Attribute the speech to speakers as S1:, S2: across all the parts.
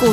S1: 股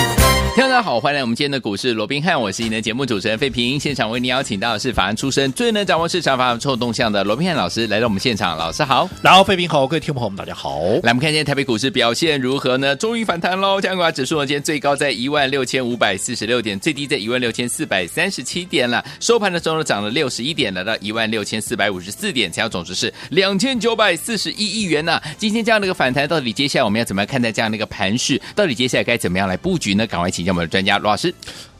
S2: 听众大家好，欢迎来我们今天的股市罗宾汉，我是你的节目主持人费平。现场为您邀请到的是法案出身、最能掌握市场法案臭动向的罗宾汉老师来到我们现场，老师好。
S3: 然后，费平好，各位听众朋友们，大家好。
S2: 来，我们看今天台北股市表现如何呢？终于反弹喽！加权指数呢，今天最高在一万六千五百四十六点，最低在一万六千四百三十七点了。收盘的时候呢，涨了六十一点，来到一万六千四百五十四点，成交总值是两千九百四十一亿元呐、今天这样的一个反弹，到底接下来我们要怎么样看待这样的一个盘势？到底接下来该怎么样来布局呢？赶快请教我们的专家罗老师。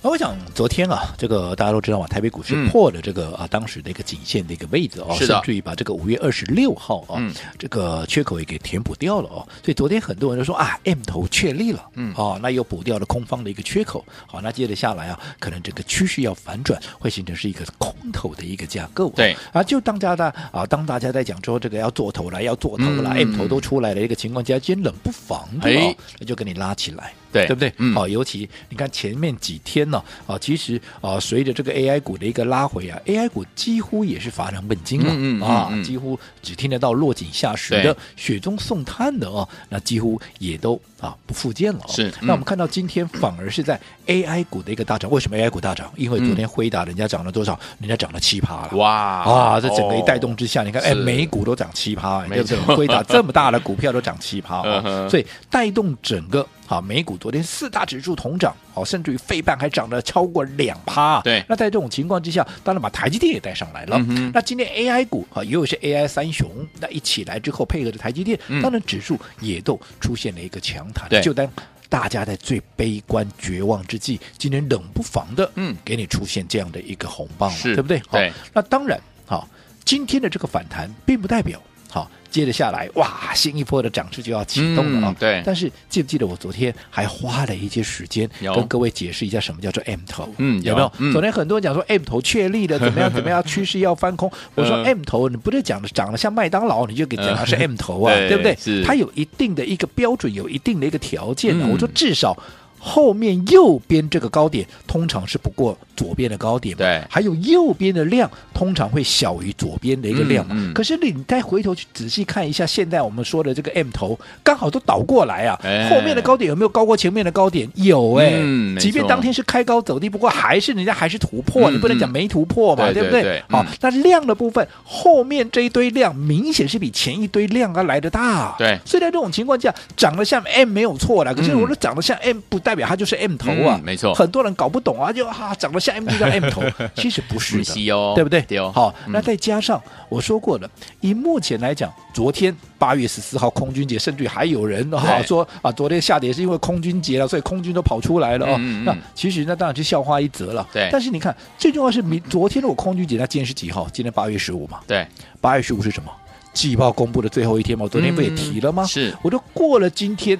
S3: 那我想昨天啊，这个大家都知道嘛，台北股市
S2: 嗯
S3: 破了这个、啊当时的一个颈线的一个位置哦，
S2: 是的
S3: 甚至于把这个五月二十六号哦、
S2: 嗯
S3: 这个缺口也给填补掉了哦。所以昨天很多人就说啊，M 头确立了，
S2: 嗯
S3: 哦，那又补掉了空方的一个缺口，好、那接着下来啊，可能整个趋势要反转，会形成是一个空头的一个架构、
S2: 对，
S3: 啊，就当大家啊，当大家在讲说这个要做头了，要做头了、
S2: 嗯
S3: m 头都出来了一个情况下，今天冷不防的
S2: 哎
S3: 哦，那就给你拉起来。
S2: 对
S3: 对不对？
S2: 嗯
S3: 好、尤其你看前面几天呢、啊，其实啊，随着这个 AI 股的一个拉回啊，AI 股几乎也是乏人问津了、
S2: 嗯嗯嗯
S3: 啊、
S2: 嗯
S3: 几乎只听得到落井下石
S2: 对
S3: 的、雪中送炭的哦，那几乎也都啊不复见了、哦。
S2: 是嗯
S3: 那我们看到今天反而是在 AI 股的一个大涨，为什么 AI 股大涨？因为
S2: 嗯
S3: 昨天辉达人家涨了多少？人家涨了七趴了。
S2: 哇
S3: 啊，这整个一带动之下，你看，哎，
S2: 哦是
S3: 美股都涨七趴，哎
S2: 没
S3: 对不对？
S2: 错
S3: 辉达这么大的股票都涨七趴，
S2: 嗯
S3: 哦
S2: 哼
S3: 所以带动整个啊，美股昨天四大指数同涨，哦，甚至于费半还涨了超过两趴，
S2: 对
S3: 那在这种情况之下，当然把台积电也带上来了
S2: 嗯哼。
S3: 那今天 AI 股啊，也有些 AI 三雄，那一起来之后，配合着台积电
S2: 嗯，
S3: 当然指数也都出现了一个强弹
S2: 对，
S3: 就当。大家在最悲观、绝望之际，今天冷不防的，
S2: 嗯
S3: 给你出现这样的一个红棒了，
S2: 是
S3: 对不对？好
S2: 对
S3: 那当然，好，今天的这个反弹并不代表好，接着下来哇，新一波的涨势就要启动了啊、
S2: 嗯对
S3: 但是记不记得我昨天还花了一些时间
S2: 有
S3: 跟各位解释一下什么叫做 M 头？
S2: 嗯
S3: 有没
S2: 有
S3: 有？
S2: 嗯
S3: 昨天很多人讲说 M 头确立了，怎么 样怎么样，趋势要翻空。我说
S2: 嗯
S3: M 头，你不是讲的长得像麦当劳，你就给讲它是 M 头 啊，
S2: 对
S3: 对不对
S2: 是？
S3: 它有一定的一个标准，有一定的一个条件的、
S2: 嗯
S3: 我说至少。后面右边这个高点通常是不过左边的高点嘛，
S2: 对
S3: 还有右边的量通常会小于左边的一个量嘛。
S2: 嗯嗯
S3: 可是你再回头去仔细看一下，现在我们说的这个 M 头刚好都倒过来啊，
S2: 哎
S3: 后面的高点有没有高过前面的高点？有哎、
S2: 嗯没错
S3: 即便当天是开高走低，不过还是人家还是突破，
S2: 嗯
S3: 你不能讲没突破嘛，
S2: 嗯
S3: 对不
S2: 对对对
S3: 好
S2: 嗯，
S3: 那量的部分，后面这一堆量明显是比前一堆量啊来的大，
S2: 对
S3: 所以在这种情况下，涨得像 M 没有错啦，可是
S2: 嗯
S3: 我说涨得像 M 不代表它就是 M 头啊，
S2: 嗯没错
S3: 很多人搞不懂啊，就啊涨得像 M 就叫 M 头，其实不是
S2: 不
S3: 的。
S2: 是哦，
S3: 对不对？
S2: 哦，
S3: 好，
S2: 嗯
S3: 那再加上我说过了，以目前来讲，昨天八月十四号空军节，甚至于还有人哈、
S2: 对
S3: 说啊，昨天下跌是因为空军节了，所以空军都跑出来了哦。
S2: 嗯嗯嗯
S3: 那其实那当然是笑话一则了。
S2: 对
S3: 但是你看，最重要是明昨天如果空军节，那今天是几号？今天八月十五嘛。
S2: 对，
S3: 八月十五是什么？季报公布的最后一天嘛，我昨天不也提了吗？
S2: 嗯是
S3: 我都过了今天，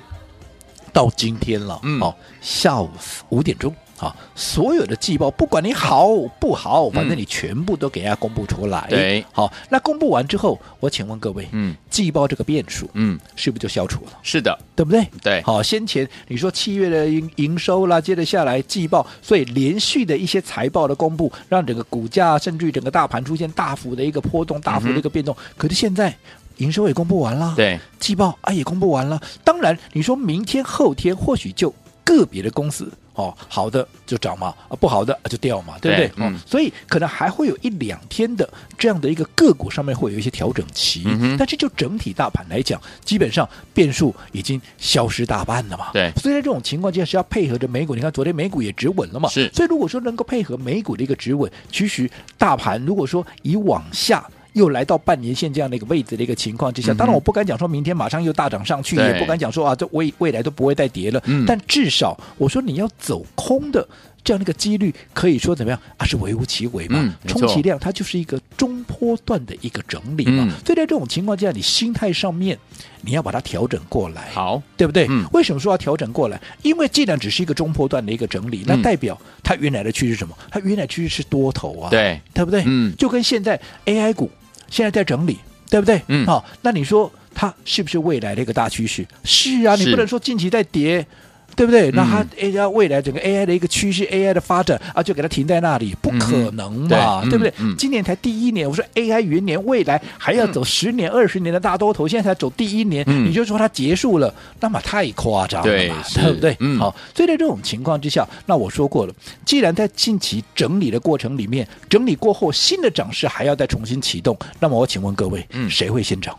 S3: 到今天了，
S2: 嗯
S3: 哦，下午五点钟。啊，所有的季报，不管你好不好，反正你全部都给大家公布出来。
S2: 对
S3: 好，那公布完之后，我请问各位，
S2: 嗯
S3: 季报这个变数
S2: 嗯，
S3: 是不是就消除了？
S2: 是的，
S3: 对不对？
S2: 对，
S3: 好，先前你说七月的营营收啦，接着下来季报，所以连续的一些财报的公布，让整个股价甚至于整个大盘出现大幅的一个波动、大幅的一个变动。可是现在营收也公布完了，，
S2: 嗯对，
S3: 季报啊也公布完了。当然，你说明天、后天或许就个别的公司哦，好的就涨嘛，啊不好的啊就掉嘛，对不对？
S2: 对嗯
S3: 哦，所以可能还会有一两天的这样的一个个股上面会有一些调整期，
S2: 嗯哼
S3: 但是就整体大盘来讲，基本上变数已经消失大半了嘛。
S2: 对
S3: 所以在这种情况之下是要配合着美股，你看昨天美股也止稳了嘛，
S2: 是
S3: 所以如果说能够配合美股的一个止稳，其实大盘如果说以往下。又来到半年线这样的一个位置的一个情况之下，
S2: 嗯哼
S3: 当然我不敢讲说明天马上又大涨上去，
S2: 对
S3: 也不敢讲说啊，这未未来都不会再跌了。
S2: 嗯
S3: 但至少我说你要走空的这样的一个几率，可以说怎么样啊？是微乎其微嘛。
S2: 嗯没错
S3: 充其量它就是一个中波段的一个整理嘛。
S2: 嗯
S3: 所以在这种情况之下，你心态上面你要把它调整过来。
S2: 好，
S3: 对不对？
S2: 嗯
S3: 为什么说要调整过来？因为既然只是一个中波段的一个整理，
S2: 嗯
S3: 那代表它原来的趋势是什么？它原来趋势是多头啊，
S2: 对，
S3: 对不对？
S2: 嗯
S3: 就跟现在 AI 股现在在整理，对不对？哦
S2: 嗯
S3: 好、那你说它是不是未来的一个大趋势？是啊，你
S2: 是
S3: 不能说近期在跌。对不对？那它
S2: 嗯
S3: AI 未来整个 AI 的一个趋势，AI 的发展啊，就给它停在那里，不
S2: 嗯
S3: 可
S2: 哼
S3: 能嘛，
S2: 对
S3: 不对？
S2: 嗯嗯
S3: 今年才第一年，我说 AI 元年，未来还要走十年、二十年的大多头，现在才走第一年，
S2: 嗯
S3: 你就说它结束了，那么太夸张了
S2: 对
S3: 嘛，
S2: 是
S3: 对不对？哦
S2: 嗯
S3: 好，所以在这种情况之下，那我说过了，既然在近期整理的过程里面，整理过后新的涨势还要再重新启动，那么我请问各位，
S2: 嗯
S3: 谁会先涨？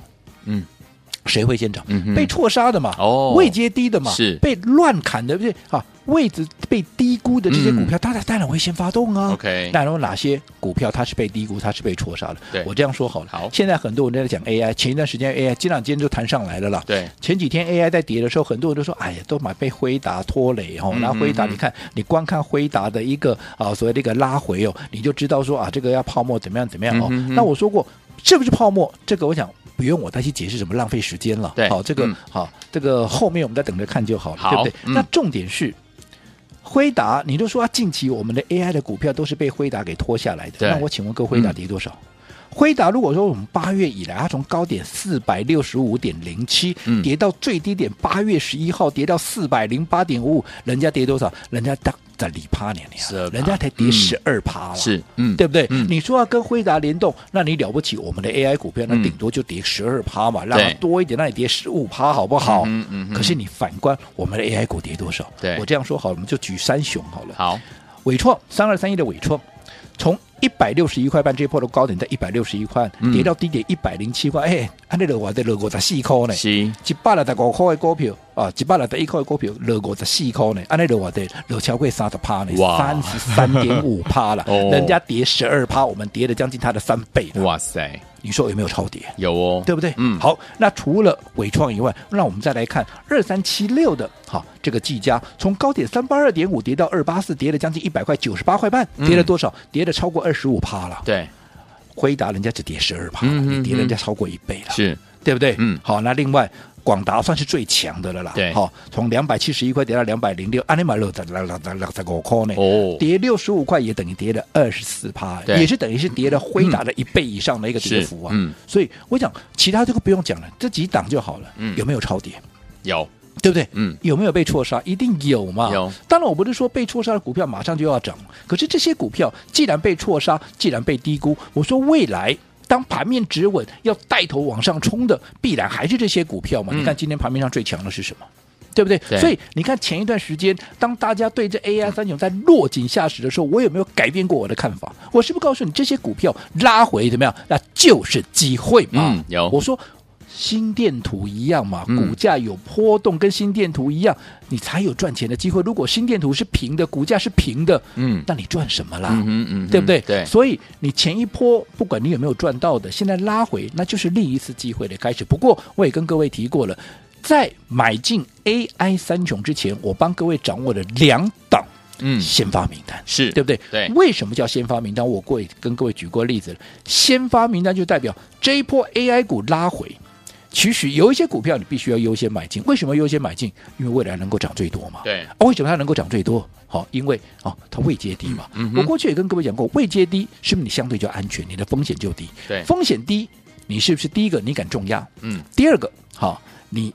S2: 嗯，
S3: 谁会先涨？
S2: 嗯哼
S3: 被错杀的嘛，
S2: 哦
S3: 位阶低的嘛，
S2: 是
S3: 被乱砍的，不是啊？位置被低估的这些股票，当然当然会先发动啊。
S2: 嗯 OK
S3: 那然后哪些股票它是被低估，它是被错杀的？
S2: 对
S3: 我这样说好了。
S2: 好
S3: 现在很多人在讲 AI，前一段时间 AI，这两天就谈上来了啦。
S2: 对，
S3: 前几天 AI 在跌的时候，很多人都说：“哎呀，都买被辉达拖累哦。
S2: 嗯”
S3: 那辉达，
S2: 嗯
S3: 你看，你光看辉达的一个啊所谓的一个拉回哦，你就知道说啊，这个要泡沫怎么样怎么样哦。
S2: 嗯哼哼
S3: 那我说过，是不是泡沫？这个我想不用我再去解释，什么浪费时间了。
S2: 对
S3: 好，这个、
S2: 嗯
S3: 好，这个后面我们再等着看就好了，
S2: 好
S3: 对不对？
S2: 嗯
S3: 那重点是。辉达，你就说、啊、近期我们的 AI 的股票都是被辉达给拖下来的。
S2: 对
S3: 那我请问各位，辉达
S2: 嗯
S3: 跌多少？辉达如果说我们八月以来，它从高点四百六十五点零七
S2: 嗯
S3: 跌到最低点八月十一号跌到四百零八点五五，人家跌多少？人家大在里趴年
S2: 12%
S3: 年，人家才跌
S2: 嗯
S3: 十二趴了，
S2: 是，嗯，
S3: 啊对不对？
S2: 嗯
S3: 你说要跟辉达联动，那你了不起，我们的 AI 股票那
S2: 嗯
S3: 顶多就跌十二趴嘛，让它
S2: 对
S3: 多一点，让你跌十五趴，好不好？
S2: 嗯哼嗯哼
S3: 可是你反观我们的 AI 股跌多少？
S2: 对
S3: 我这样说好了，我们就举三雄好了。
S2: 好，
S3: 伟创三二三一的伟创，从一百六十一块半这一波的高点在一百六十一块
S2: 嗯，
S3: 跌到低点一百零七块，哎，安尼落我在落五十四块呢，
S2: 行，
S3: 一百六十五块的股票啊，一百六十一块的股票落五十四块呢，安尼落我在落超过三十趴呢，
S2: 哇，
S3: 三十三点五趴了
S2: 哦
S3: 人家跌十二趴，我们跌了将近它的三倍了，
S2: 哇塞，
S3: 你说有没有超跌？
S2: 有哦，
S3: 对不对？
S2: 嗯，，
S3: 好，那除了伟创以外，那我们再来看二三七六的，好，这个技嘉从高点三八二点五跌到二八四，跌了将近一百块，九十八块半，
S2: 嗯
S3: 跌了多少？跌了超过二十五趴了。
S2: 对，
S3: 辉达人家只跌十二趴，
S2: 嗯嗯嗯
S3: 你跌人家超过一倍了，
S2: 是，
S3: 对不对？
S2: 嗯
S3: 好，那另外。广达算是最强的了啦，
S2: 对
S3: 好、从两百七十一块跌到两百零六，啊安利马六在在在在在五块呢，
S2: 哦，
S3: 跌六十五块也等于跌了二十四趴，
S2: 对嗯
S3: 也是等于是跌了辉达的一倍以上的一个跌幅啊。
S2: 是嗯
S3: 所以我讲其他这个不用讲了，这几档就好了。
S2: 嗯
S3: 有没有超跌？
S2: 有，
S3: 对不对？
S2: 嗯，
S3: 有没有被错杀？一定有嘛。
S2: 有。
S3: 当然，我不是说被错杀的股票马上就要涨，可是这些股票既然被错杀，既然被低估，我说未来。当盘面止稳，要带头往上冲的，必然还是这些股票嘛？
S2: 嗯
S3: 你看今天盘面上最强的是什么？对不对？
S2: 对
S3: 所以你看前一段时间，当大家对这 AI 三雄在落井下石的时候，我有没有改变过我的看法？我是不是告诉你这些股票拉回怎么样？那就是机会嘛。
S2: 嗯有
S3: 我说心电图一样嘛，
S2: 嗯
S3: 股价有波动，跟心电图一样，你才有赚钱的机会。如果心电图是平的，股价是平的，
S2: 嗯
S3: 那你赚什么啦？
S2: 嗯哼嗯哼，
S3: 啊对不对？
S2: 对，
S3: 所以你前一波不管你有没有赚到的，现在拉回，那就是另一次机会的开始。不过我也跟各位提过了，在买进 AI 三雄之前，我帮各位掌握了两档
S2: 嗯，
S3: 先发名单。
S2: 是，
S3: 对不对？
S2: 对
S3: 为什么叫先发名单？我过也跟各位举过例子了，先发名单就代表这一波 AI 股拉回，其实有一些股票你必须要优先买进。为什么优先买进？因为未来能够涨最多嘛。
S2: 对，
S3: 啊，为什么它能够涨最多？好、因为哦，它未接低嘛。
S2: 嗯哼
S3: 我过去也跟各位讲过，未接低是不是你相对就安全，你的风险就低？
S2: 对
S3: 风险低，你是不是第一个你敢重压？
S2: 嗯，
S3: 第二个，好、你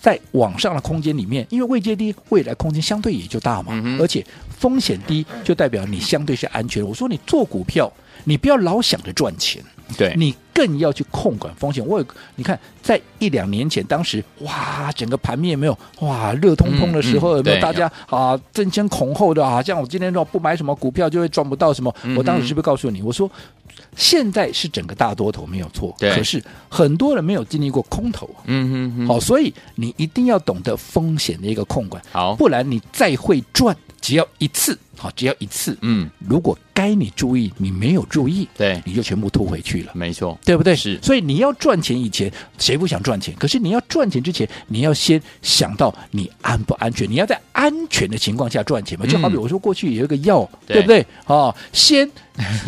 S3: 在往上的空间里面，因为未接低，未来空间相对也就大嘛，
S2: 嗯哼
S3: 而且风险低，就代表你相对是安全。我说你做股票，你不要老想着赚钱，
S2: 对，
S3: 你更要去控管风险。我有你看，在一两年前，当时哇，整个盘面有没有哇热通通的时
S2: 嗯
S3: 候，
S2: 嗯
S3: 有没有
S2: 对
S3: 大家啊争先恐后的啊？像我今天说不买什么股票就会赚不到什么，
S2: 嗯
S3: 我当时
S2: 嗯
S3: 是不是告诉你，我说现在是整个大多头没有错，
S2: 对
S3: 可是很多人没有经历过空头啊。
S2: 嗯哼，
S3: 好、所以你一定要懂得风险的一个控管，
S2: 好
S3: 不然你再会赚，只要一次，好、只要一次，
S2: 嗯，
S3: 如果该你注意，你没有注意，
S2: 对，
S3: 你就全部吐回去了。
S2: 没错，
S3: 对不对？
S2: 是
S3: 所以你要赚钱以前，谁不想赚钱？可是你要赚钱之前，你要先想到你安不安全，你要在安全的情况下赚钱嘛。就好比
S2: 嗯
S3: 我说过去有一个药，
S2: 对
S3: 对不对？哦，先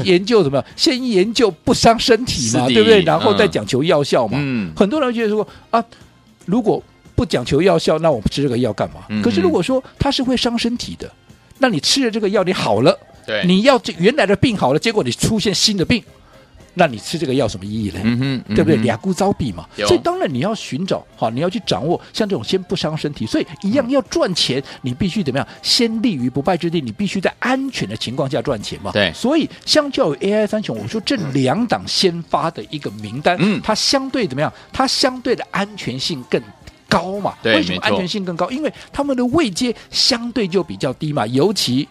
S3: 研 究什么？先研究不伤身体嘛，
S2: 是的
S3: 对不对？然后再
S2: 嗯
S3: 讲求药效嘛。
S2: 嗯，
S3: 很多人觉得说啊，如果不讲求药效，那我吃这个药干嘛？
S2: 嗯
S3: 可是如果说它是会伤身体的，那你吃了这个药你好了，
S2: 对，
S3: 你要这原来的病好了，结果你出现新的病，那你吃这个药什么意义嘞？
S2: 嗯哼，嗯哼
S3: 对不对？俩顾招比嘛，
S2: 有
S3: 所以当然你要寻找好，你要去掌握像这种先不伤身体，所以一样要赚钱，你必须怎么样？先立于不败之地，你必须在安全的情况下赚钱嘛。
S2: 对
S3: 所以相较于 AI 三雄，我说这两档先发的一个名单，
S2: 嗯
S3: 它相对怎么样？它相对的安全性更。高嘛？
S2: 对
S3: 为什
S2: 没
S3: 么
S2: 错
S3: 安全性更高？因为他们的位阶相对就比较低嘛，尤其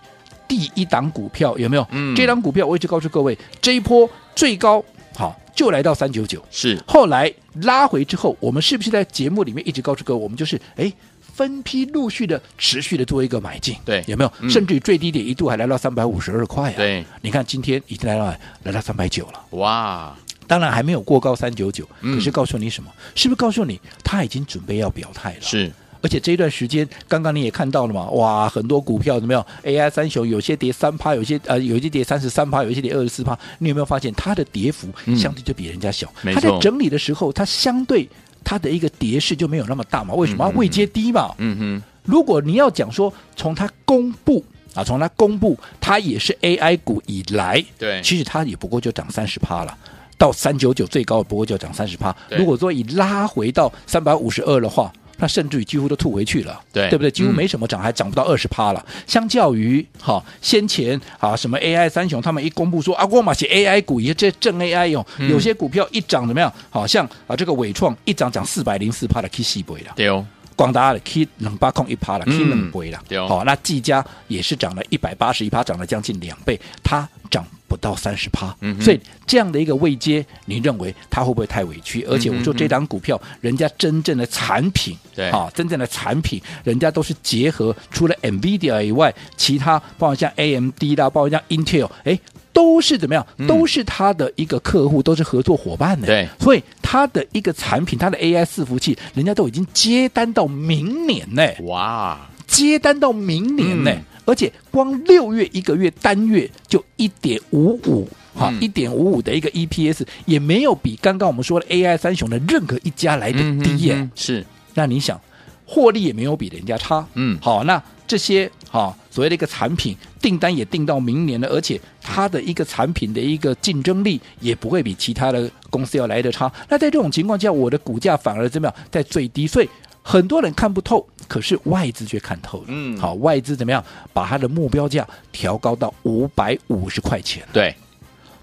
S3: 第一档股票有没有？
S2: 嗯
S3: 这档股票我一直告诉各位，这一波最高好就来到三九九，
S2: 是
S3: 后来拉回之后，我们是不是在节目里面一直告诉各位，我们就是哎分批陆续的、持续的做一个买进？
S2: 对
S3: 有没有？
S2: 嗯
S3: 甚至于最低点一度还来到三百五十二块啊！
S2: 对，
S3: 你看今天已经来到来到三百九了，
S2: 哇，
S3: 当然还没有过高三九九，
S2: 嗯
S3: 可是告诉你什么？是不是告诉你他已经准备要表态了？
S2: 是
S3: 而且这一段时间，刚刚你也看到了嘛，哇，很多股票怎么样？AI 三雄有些跌三趴，有些呃，有些跌三十三趴，有些跌二十四趴。你有没有发现它的跌幅
S2: 嗯
S3: 相对就比人家小？
S2: 没
S3: 它在
S2: 错
S3: 整理的时候，它相对它的一个跌势就没有那么大嘛？为什么？
S2: 嗯嗯
S3: 它位阶低嘛。
S2: 嗯
S3: 如果你要讲说从它公布啊，从它公布它也是 AI 股以来，
S2: 对
S3: 其实它也不过就涨三十趴了。到三九九最高不过就涨三十趴，
S2: 对
S3: 如果说以拉回到三百五十二的话，那甚至于几乎都吐回去了，
S2: 对
S3: 对不对？几乎
S2: 嗯
S3: 没什么涨，还涨不到二十趴了。相较于哈、先前啊什么 AI 三雄，他们一公布说啊，我马写 AI 股，也这正 AI 哦，
S2: 嗯
S3: 有些股票一涨怎么样？好、像啊这个伟创一涨涨四百零四趴的 K 细倍了
S2: 哼，。对哦，
S3: 广达的 K 冷八控一趴了，K
S2: 嗯
S3: 冷倍了
S2: 对哦，
S3: 好、那技嘉也是涨了一百八十一趴，涨了将近两倍，它涨不到三十趴
S2: 嗯，哼
S3: 所以这样的一个位阶，你认为它会不会太委屈？而且
S2: 嗯哼
S3: 我说这档股票，人家真正的产品，
S2: 对
S3: 啊，真正的产品，人家都是结合除了 NVIDIA 以外，其他包括像 AMD 啦，包括像 Intel，哎。都是怎么样？都是他的一个客户，都是合作伙伴的。
S2: 嗯对
S3: 所以它的一个产品，它的 AI 伺服器，人家都已经接单到明年呢、
S2: 哇，
S3: 接单到明年呢、
S2: 哦嗯
S3: 而且光六月一个月单月就一点五五。好，
S2: 嗯
S3: 一点五五的一个 EPS 也没有比刚刚我们说的 AI 三雄的任何哎一家来的
S2: 嗯
S3: 低耶、
S2: 嗯嗯是
S3: 那你想，获利也没有比人家差，
S2: 嗯
S3: 好，那这些哈、所谓的一个产品订单也订到明年了，而且它的一个产品的一个竞争力也不会比其他的公司要来的差。那在这种情况下，我的股价反而怎么样，在最低，所以很多人看不透，可是外资却看透了。
S2: 嗯
S3: 好，外资怎么样把它的目标价调高到五百五十块钱，
S2: 对，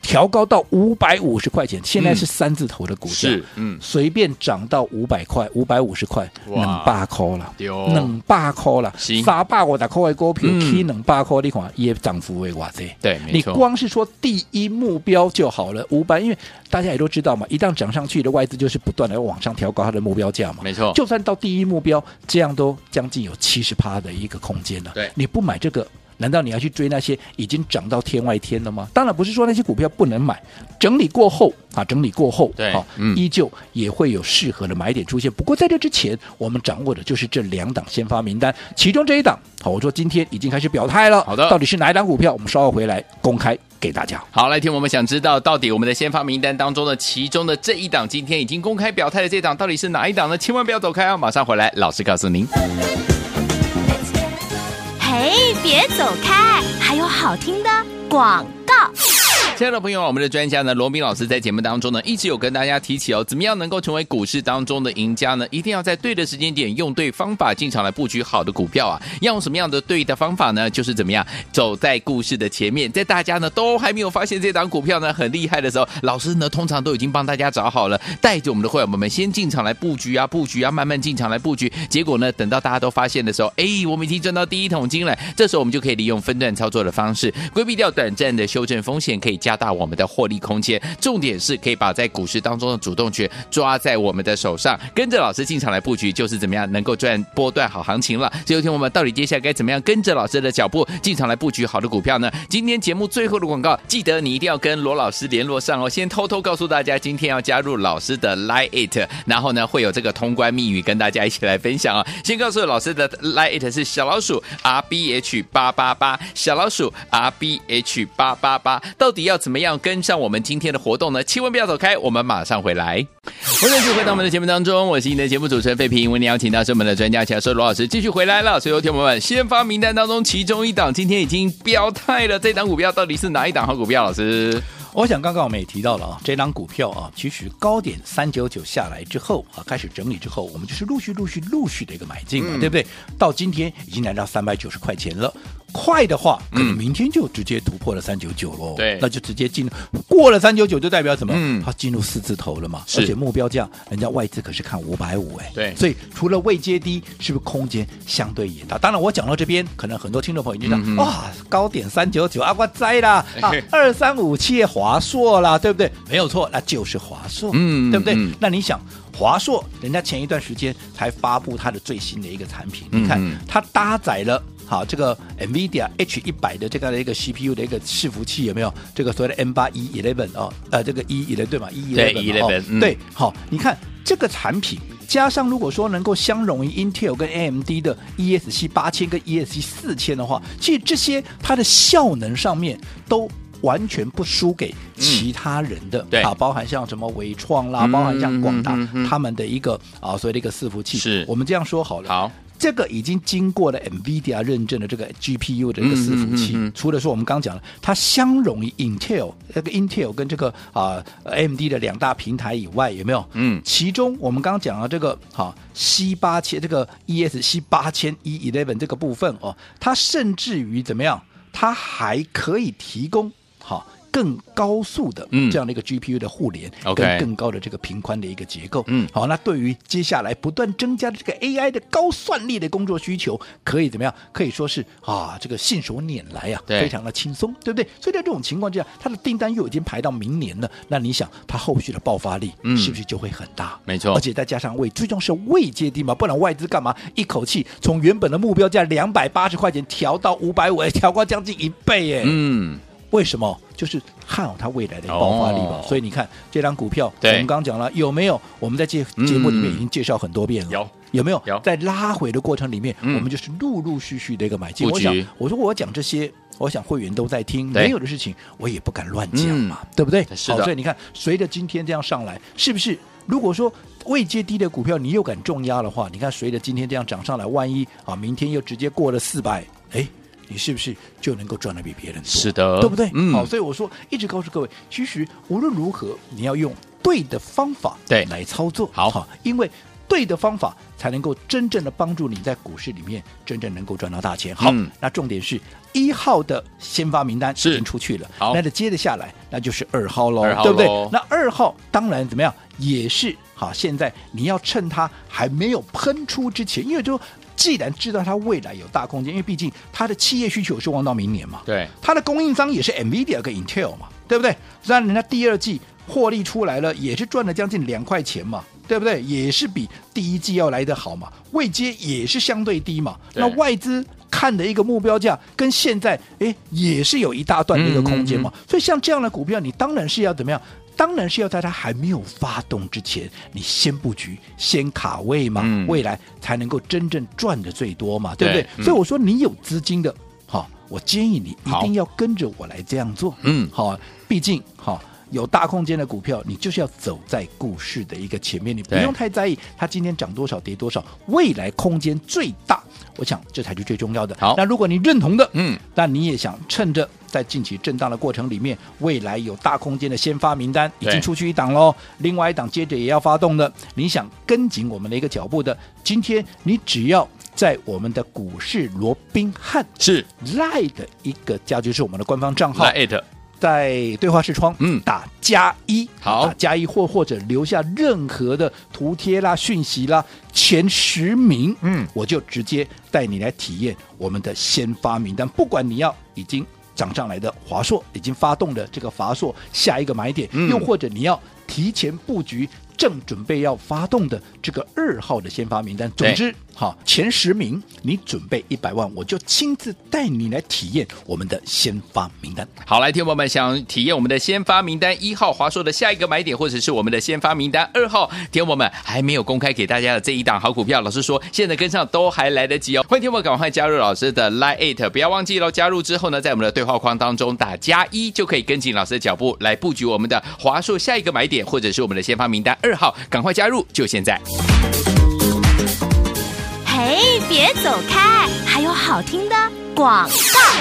S3: 调高到五百五十块钱，现在
S2: 嗯
S3: 是三字头的股价，
S2: 是嗯
S3: 随便涨到五百块、五百五十块，
S2: 哇
S3: 能霸扣了。
S2: 对哦
S3: 两百块啦，
S2: 是
S3: 三百五十块的股票
S2: 嗯
S3: 起两百块，你看也涨幅为偌济。
S2: 对，
S3: 你
S2: 没错，
S3: 光是说第一目标就好了，五百，因为大家也都知道嘛，一旦涨上去的外资就是不断的往上调高它的目标价嘛。
S2: 没错，
S3: 就算到第一目标，这样都将近有七十趴的一个空间了。
S2: 对
S3: 你不买这个，难道你要去追那些已经涨到天外天了吗？当然不是说那些股票不能买，整理过后啊，整理过后，
S2: 对
S3: 好、
S2: 嗯
S3: 依旧也会有适合的买点出现。不过在这之前，我们掌握的就是这两档先发名单，其中这一档，好，我说今天已经开始表态了。
S2: 好的
S3: 到底是哪一档股票？我们稍后回来公开给大家。
S2: 好，来听我们想知道到底我们的先发名单当中的其中的这一档，今天已经公开表态的这档到底是哪一档呢？千万不要走开啊！马上回来，老师告诉您。
S1: 嘿，别走开，还有好听的广告。
S2: 亲爱的朋友，我们的专家呢，罗斌老师在节目当中呢，一直有跟大家提起哦，怎么样能够成为股市当中的赢家呢？一定要在对的时间点，用对方法进场来布局好的股票啊。要用什么样的对的方法呢？就是怎么样走在故事的前面，在大家呢都还没有发现这档股票呢很厉害的时候，老师呢通常都已经帮大家找好了，带着我们的会员们先进场来布局啊，布局啊，慢慢进场来布局。结果呢，等到大家都发现的时候，哎，我们已经赚到第一桶金了。这时候我们就可以利用分段操作的方式，规避掉短暂的修正风险，可以加大我们的获利空间。重点是可以把在股市当中的主动权抓在我们的手上，跟着老师进场来布局，就是怎么样能够赚波段好行情了。所以，听我们到底接下来该怎么样跟着老师的脚步进场来布局好的股票呢？今天节目最后的广告，记得你一定要跟罗老师联络上哦。先偷偷告诉大家，今天要加入老师的 Line It，然后呢会有这个通关密语跟大家一起来分享哦。先告诉老师的 Line It 是小老鼠 R B H 八八八，小老鼠 R B H 八八八。到底要怎么样跟上我们今天的活动呢？千万不要走开，我们马上回来。欢迎继续回到我们的节目当中，我是你的节目主持人费平。为您邀请到是我们的专家乔授罗老师继续回来了。所以，有听友们，先发名单当中其中一档今天已经表态了，这档股票到底是哪一档好股票？老师，
S3: 我想刚刚我们也提到了啊，这档股票啊，其实高点三九九下来之后啊，开始整理之后，我们就是陆续、陆续、陆续的一个买进嘛，
S2: 嗯
S3: 对不对？到今天已经来到三百九十块钱了。快的话，可能
S2: 嗯
S3: 明天就直接突破了三九九喽。
S2: 对
S3: 那就直接进入过了三九九，就代表什么？
S2: 嗯
S3: 它进入四字头了嘛。
S2: 是
S3: 而且目标价，人家外资可是看五百五哎。
S2: 对
S3: 所以除了未接低，是不是空间相对也大？当然，我讲到这边，可能很多听众朋友已经知哦道，
S2: 嗯哼
S3: 哇，高点三九九啊，我栽啦，啊，二三五七华硕啦，对不对？没有错，那就是华硕，
S2: 嗯
S3: 对不对？
S2: 嗯
S3: 那你想，华硕人家前一段时间才发布它的最新的一个产品，你看
S2: 嗯
S3: 它搭载了。好，这个 NVIDIA H 一百的这个的一个 CPU 的一个伺服器有没有？这个所谓的 M 八 E eleven 哦，呃，这个 E eleven 对吗？E
S2: 对
S3: eleven 哦
S2: E11，嗯
S3: 对，好，你看这个产品。加上如果说能够相容于 Intel 跟 AMD 的 ESC 八千跟 ESC 四千的话，其实这些它的效能上面都完全不输给其他人的，
S2: 嗯对
S3: 啊，包含像什么微创啦，
S2: 嗯
S3: 包含像广达、
S2: 嗯嗯嗯
S3: 他们的一个啊，所谓的一个伺服器。
S2: 是
S3: 我们这样说好了。
S2: 好，
S3: 这个已经经过了 NVIDIA 认证的这个 GPU 的一个伺服器，
S2: 嗯嗯嗯嗯
S3: 除了说我们刚讲了，它相容于 Intel 那个 Intel 跟这个啊、AMD 的两大平台以外，有没有？
S2: 嗯
S3: 其中我们刚刚讲了这个哈 C 八千这个 ESC 八千 E eleven 这个部分哦，它甚至于怎么样，它还可以提供哈。更高速的
S2: 嗯
S3: 这样的一个 GPU 的互联，
S2: OK
S3: 跟更高的这个频宽的一个结构，
S2: 嗯
S3: 好，那对于接下来不断增加的这个 AI 的高算力的工作需求，可以怎么样？可以说是啊，这个信手拈来啊，
S2: 对
S3: 非常的轻松，对不对？所以在这种情况之下，它的订单又已经排到明年了，那你想它后续的爆发力
S2: 嗯
S3: 是不是就会很大？
S2: 没错
S3: 而且再加上未，最终是未接低嘛，不然外资干嘛一口气从原本的目标价两百八十块钱调到五百五，哎调高将近一倍耶。
S2: 嗯，
S3: 为什么？就是看好它未来的爆发力嘛。
S2: 哦
S3: 所以你看这张股票，我
S2: 对
S3: 们刚刚讲了有没有？我们在节
S2: 嗯
S3: 节目里面已经介绍很多遍了。
S2: 有
S3: 没有？
S2: 有
S3: 在拉回的过程里面，
S2: 嗯
S3: 我们就是陆陆续续的一个买进。
S2: 布
S3: 我
S2: 局
S3: 想，我说我讲这些，我想会员都在听，
S2: 对嗯
S3: 没有的事情我也不敢乱讲嘛，对不对？
S2: 是的
S3: 好所以你看，随着今天这样上来，是不是？如果说未接低的股票你又敢重压的话，你看随着今天这样涨上来，万一啊明天又直接过了四百，哎，你是不是就能够赚的比别人多？
S2: 是的，
S3: 对不对？
S2: 嗯，
S3: 好，所以我说一直告诉各位，其实无论如何，你要用对的方法
S2: 对
S3: 来操作，
S2: 好
S3: 因为。对的方法才能够真正的帮助你在股市里面真正能够赚到大钱。好，
S2: 嗯
S3: 那重点是一号的先发名单已
S2: 是
S3: 经出去了，
S2: 好
S3: 那就接着下来那就是二号喽，
S2: 二号
S3: 对不对
S2: 喽？
S3: 那二号当然怎么样也是好，现在你要趁它还没有喷出之前，因为就既然知道它未来有大空间，因为毕竟它的企业需求是望到明年嘛，
S2: 对，
S3: 它的供应商也是 NVIDIA 跟 Intel 嘛，对不对？虽然人家第二季获利出来了，也是赚了将近两块钱嘛，对不对？也是比第一季要来得好嘛，位阶也是相对低嘛。
S2: 对
S3: 那外资看的一个目标价跟现在，哎，也是有一大段的一个空间
S2: 嗯
S3: 嘛。所以像这样的股票，你当然是要怎么样？当然是要在它还没有发动之前，你先布局、先卡位嘛，
S2: 嗯
S3: 未来才能够真正赚的最多嘛，对不对？
S2: 对嗯
S3: 所以我说，你有资金的，好、我建议你一
S2: 好
S3: 定要跟着我来这样做。
S2: 嗯
S3: 好、毕竟好、有大空间的股票，你就是要走在故事的一个前面，你不
S2: 对
S3: 用太在意它今天涨多少跌多少，未来空间最大，我想这才是最重要的。
S2: 好
S3: 那如果你认同的，
S2: 嗯，
S3: 那你也想趁着在近期震荡的过程里面，未来有大空间的先发名单已
S2: 对
S3: 经出去一档喽，另外一档接着也要发动的，你想跟紧我们的一个脚步的，今天你只要在我们的股市罗宾汉
S2: 是
S3: 赖的一个加就是我们的官方账号
S2: 来，at
S3: 在对话视窗，
S2: 嗯
S3: 打加一，
S2: 好
S3: 打加一或或者留下任何的图贴啦、讯息啦，前十名，
S2: 嗯，
S3: 我就直接带你来体验我们的先发名单，不管你要已经。涨上来的华硕已经发动的这个华硕下一个买点，
S2: 嗯
S3: 又或者你要提前布局正准备要发动的这个二号的先发名单，
S2: 对
S3: 总之，好前十名你准备一百万，我就亲自带你来体验我们的先发名单。
S2: 好，来，听众朋友们，想体验我们的先发名单一号华硕的下一个买点，或者是我们的先发名单二号，听众朋友们还没有公开给大家的这一档好股票，老师说现在跟上都还来得及哦。欢迎听众朋友赶快加入老师的 Line It，不要忘记喽。加入之后呢，在我们的对话框当中打加一，就可以跟紧老师的脚步来布局我们的华硕下一个买点，或者是我们的先发名单二号，赶快加入，就现在。
S1: 嘿，别走开，还有好听的广。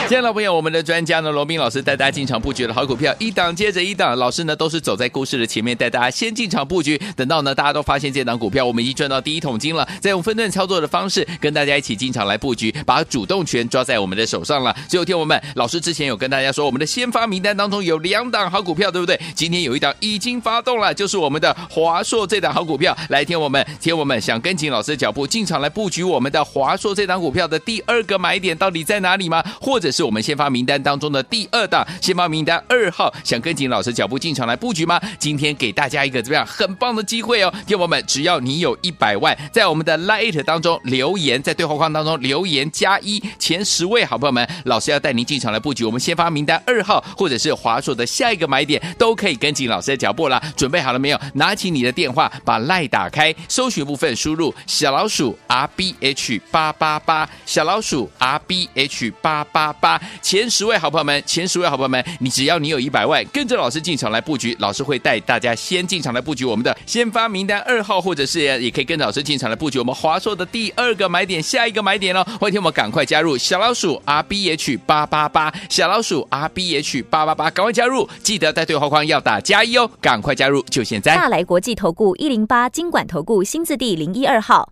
S2: 亲爱的朋友我们的专家呢，罗斌老师带大家进场布局的好股票，一档接着一档，老师呢都是走在故事的前面，带大家先进场布局。等到呢大家都发现这档股票我们已经赚到第一桶金了，再用分段操作的方式跟大家一起进场来布局，把主动权抓在我们的手上了。所以，听我们老师之前有跟大家说，我们的先发名单当中有两档好股票，对不对？今天有一档已经发动了，就是我们的华硕这档好股票。来，听我们，听我们想跟紧老师的脚步进场来布局我们的华硕这档股票的第二个买点到底在哪里吗？或者是我们先发名单当中的第二档先发名单二号，想跟紧老师脚步进场来布局吗？今天给大家一个怎么样很棒的机会哦，听我们，只要你有一百万，在我们的 Lite 当中留言，在对话框当中留言加一，前十位好朋友们，老师要带您进场来布局我们先发名单二号，或者是华硕的下一个买点，都可以跟紧老师的脚步啦。准备好了没有？拿起你的电话，把 Lite 打开，搜寻部分输入小老鼠 R B H 八八八，小老鼠 R B H 八八八，前十位好朋友们，前十位好朋友们，你只要你有一百万，跟着老师进场来布局，老师会带大家先进场来布局我们的先发名单二号，或者是也可以跟着老师进场来布局我们华硕的第二个买点，下一个买点哦。欢迎我们赶快加入小老鼠 R B H 八八八，小老鼠 R B H 八八八，赶快加入，记得在对话框要打加一哦，赶快加入，就现在。
S4: 大来国际投顾一零八金管投顾新字第零一二号。